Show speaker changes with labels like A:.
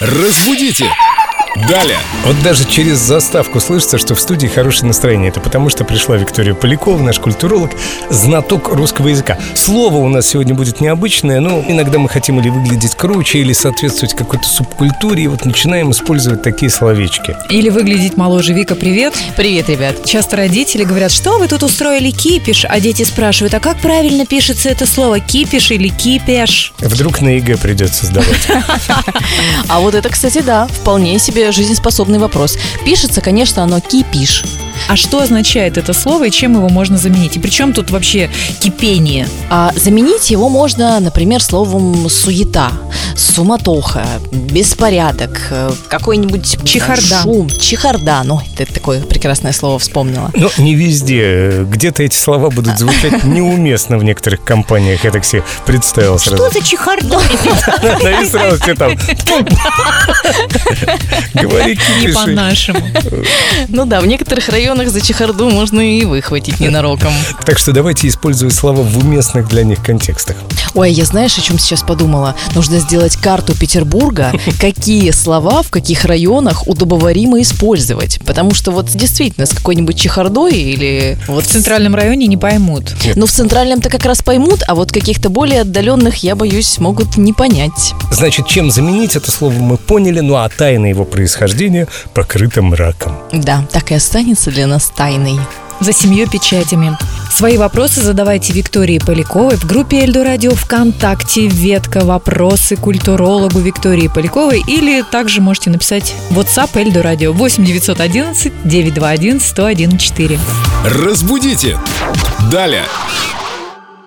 A: Разбудите! Далее!
B: Вот даже через заставку слышится, что в студии хорошее настроение. Это потому, что пришла Виктория Полякова, наш культуролог, знаток русского языка. Слово у нас сегодня будет необычное, но иногда мы хотим или выглядеть круче, или соответствовать какой-то субкультуре, и вот начинаем использовать такие словечки.
C: Или выглядеть моложе. Вика, привет.
D: Привет, ребят.
C: Часто родители говорят, что вы тут устроили кипиш, а дети спрашивают, а как правильно пишется это слово, кипиш или кипеш?
B: Вдруг на ЕГЭ придется сдавать.
D: А вот это, кстати, да, вполне себе жизнеспособный вопрос. Пишется, конечно, оно кипиш.
C: А что означает это слово и чем его можно заменить? И при чем тут вообще кипение?
D: А заменить его можно, например, словом суета, суматоха, беспорядок, э, какой-нибудь
C: Чехарда.
D: шум, чехарда. Ну, это такое прекрасное слово вспомнила.
B: Но не везде. Где-то эти слова будут звучать неуместно в некоторых компаниях. Я так себе представил сразу.
C: за чехарда?
B: Да, и сразу тебе там... пум. Говори
C: Не
B: кипиши.
C: по-нашему.
D: Ну да, в некоторых районах за чехарду можно и выхватить ненароком.
B: Так что давайте использовать слова в уместных для них контекстах.
D: Ой, я знаешь, о чем сейчас подумала? Нужно сделать карту Петербурга, какие слова в каких районах удобоваримо использовать. Потому что вот действительно с какой-нибудь чехардой или вот
C: В
D: с-
C: центральном районе не поймут.
D: Ну, в центральном-то как раз поймут, а вот каких-то более отдаленных, я боюсь, могут не понять.
B: Значит, чем заменить это слово мы поняли, ну а тайна его происхождения покрыта мраком.
D: Да, так и останется для нас тайной.
C: За семью печатями. Свои вопросы задавайте Виктории Поляковой в группе Эльдо Радио ВКонтакте «Ветка. Вопросы культурологу Виктории Поляковой» или также можете написать в WhatsApp Эльдо Радио 8 911 921 1014.
A: Разбудите! Далее!